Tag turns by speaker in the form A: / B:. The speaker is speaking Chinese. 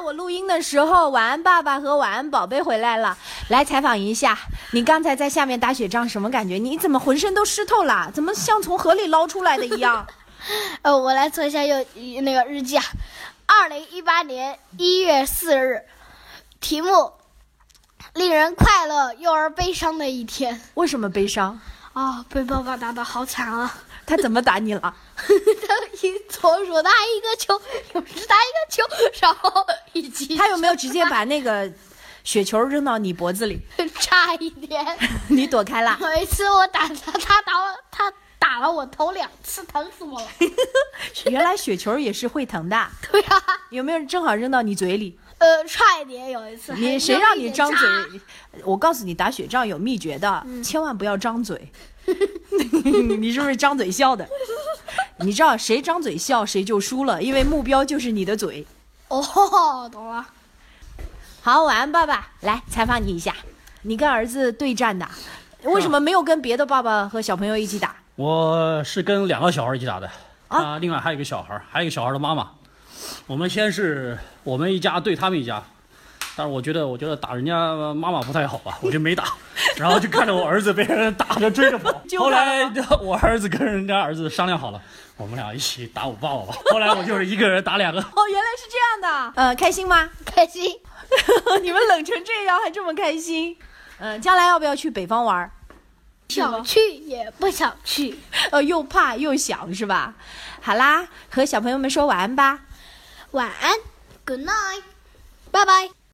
A: 我录音的时候，晚安爸爸和晚安宝贝回来了，来采访一下，你刚才在下面打雪仗什么感觉？你怎么浑身都湿透了？怎么像从河里捞出来的一样？
B: 呃，我来做一下又那个日记啊，二零一八年一月四日，题目：令人快乐又而悲伤的一天。
A: 为什么悲伤？
B: 啊、被爸爸打的好惨啊！
A: 他怎么打你了？
B: 他一左手拿一个球，右手拿一个球，然后以及
A: 他有没有直接把那个雪球扔到你脖子里？
B: 差一点？
A: 你躲开啦？
B: 有一次我打他，他打我，他打了我头两次，疼 死我了。
A: 原来雪球也是会疼的，
B: 对呀、
A: 有没有正好扔到你嘴里？
B: 呃，差一点有一次。还
A: 你谁
B: 扔
A: 让
B: 一
A: 你
B: 点
A: 张
B: 渣
A: 嘴？我告诉你，打雪仗有秘诀的，千万不要张 嘴。你是不是张嘴笑的？你知道谁张嘴笑谁就输了，因为目标就是你的嘴。
B: 哦，懂了。
A: 好，晚安，爸爸。来采访你一下，你跟儿子对战的，为什么没有跟别的爸爸和小朋友一起打？
C: 我是跟两个小孩一起打的，啊，另外还有一个小孩，还有一个小孩的妈妈。我们先是我们一家对他们一家，但是我觉得我觉得打人家妈妈不太好吧，我就没打。然后就看着我儿子被人打着追着跑，
A: 就
C: 后
A: 看
C: 来我儿子跟人家儿子商量好了，我们俩一起打我爸爸吧。后来我就是一个人打两个，
A: 哦，原来是这样的。呃，开心吗？
B: 开心，
A: 你们冷成这样还这么开心？嗯、将来要不要去北方玩儿？
B: 想去也不想去。
A: 呃，又怕又想是吧？好啦，和小朋友们说晚安吧。
B: 晚安，Good night，拜拜。